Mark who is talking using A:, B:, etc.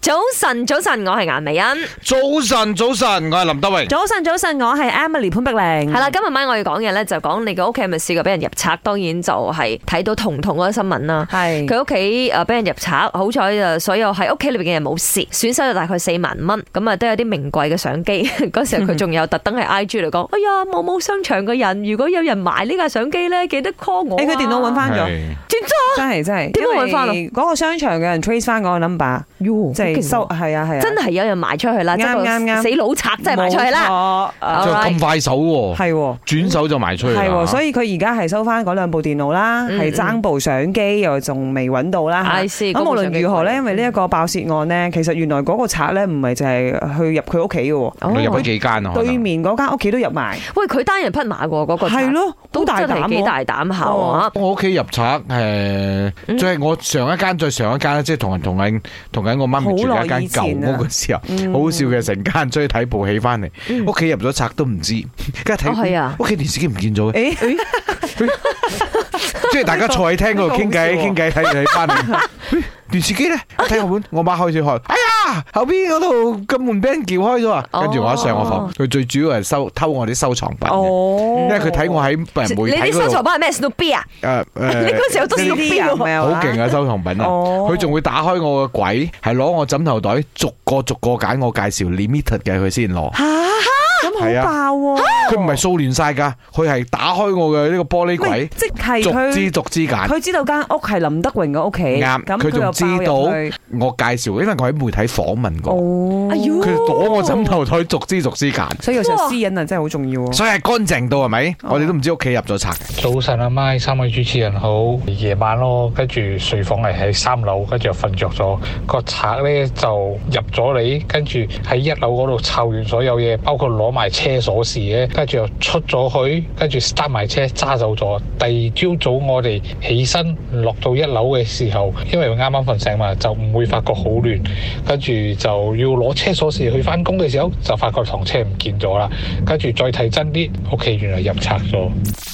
A: 早晨，早晨，我係顏美欣。
B: 早晨，早晨，我係林德榮。
C: 早晨，早晨，我係 Emily 潘碧
A: 係
C: 玲。
A: 啦，今日晚我要講嘅咧就講你嘅屋企係咪試過俾人入賊？當然就係睇到彤彤嗰個新聞啦。
C: 係
A: 佢屋企誒俾人入賊，好彩就所有喺屋企裏邊嘅人冇事，損失咗大概四萬蚊，咁啊都有啲名貴嘅相機。 嗰時候
C: 嗯
A: 佢仲有特登喺 IG 嚟講，哎呀，某某商場嘅人，如果有人買呢架相機咧，記得 call 我啊。
C: 誒，佢電腦揾翻咗，
B: 係
C: 真係真係。
A: 點解
C: 因
A: 揾
C: 為
A: 返啊
C: 嗰個商場嘅人 trace 翻嗰個 number，
A: 喲
C: 即
A: 好
C: 係
A: 勁喎
C: 收係啊係啊，
A: 真係有人賣出去啦，即係個
C: 啱啱啊啱
A: 死老賊真係賣出去啦。
C: 啦。
A: 好
B: 就
A: 啦
B: 咁快手喎，
C: 係喎。
B: 轉手就賣出去
C: 係
B: 啦。
C: 喎，所以佢而家係收翻嗰兩部電腦啦，
A: 嗯
C: 係爭部相機又仲未揾到啦
A: I
C: 嚇
A: see，
C: 咁無論如何咧，
A: 嗰部相機貴
C: 因為呢一個爆竊案呢，其實原來嗰個賊咧唔係就係去入佢屋企嘅喎，
B: 哦你入咗幾間啊？可能
C: 對面嗰間屋企都入埋，
A: 哦喂，佢單人匹馬喎，嗰個賊
C: 係咯，好
A: 都
C: 大
A: 真係
C: 膽
A: 幾
C: 喎。
A: 大膽啊下
C: 哦
A: 喎。
B: 我屋企入賊誒，
A: 嗯
B: 即係我上一間再上一間，即係同人同緊同緊我媽咪住嘅一間舊
C: 啊
B: 屋嘅時候，
C: 嗯
B: 好好笑嘅。成間追睇部戲翻嚟，屋企入咗賊都唔知，跟住
A: 哦係啊
B: 睇屋企電視機唔見咗嘅，
C: 誒
B: 即係大家坐喺廳嗰度傾偈傾偈睇睇翻嚟。咦電視機咧，一睇我本，我媽開始開，哎呀，後邊嗰度個門俾人撬開咗啊！跟住我一上我房，佢最主要係收偷我啲收藏品嘅，因
C: 哦，
B: 為佢睇我喺媒
A: 你
B: 體
A: 啲
B: 嗰
A: 收藏
B: 度
A: 品係咩？Snoopy 啊？
B: 誒誒
A: 你嗰時候都
C: 呢
A: Snoopy
C: 啲
A: 喎。
C: 人
B: 好勁
C: 啊！
B: 啊！收藏品啊，
C: 哦
B: 佢仲會打開我個櫃，係攞我枕頭袋，逐個逐個揀我介紹 limited 嘅佢先攞。
C: 嚇
B: 係
C: 咁
B: 啊
C: 好爆喎！
B: 佢唔係掃亂晒㗎，佢係打開我嘅呢個玻璃櫃，
C: 喂即係
B: 逐之
C: 佢
B: 逐之揀。
C: 佢知道間屋係林德榮嘅屋企，
B: 啱
C: 咁
B: 佢仲
C: 又
B: 知道
C: 爆入去
B: 我介紹，因為我喺媒體訪問過，
C: 哦，
A: 哎呦
B: 佢攞我枕頭袋，逐之逐之揀，
C: 所以有時候私隱啊真係好重要喎。
B: 所以係乾淨到係咪？我哋都唔知屋企入咗賊。
D: 早晨阿媽，三位主持人好。夜晚咯，跟住睡房係喺三樓，跟住又瞓着咗。個賊呢就入咗嚟，跟住喺一樓嗰度摷完所有嘢，包括攞埋車鎖匙咧，跟住又出咗去，跟住 start 埋車揸走咗。第二朝早我哋起身落到一樓嘅時候，因為啱啱瞓醒嘛，就唔會發覺好亂，跟住就要攞車鎖匙去翻工嘅時候，就發覺堂車唔見咗啦。跟住再睇真啲，屋企原來入賊咗。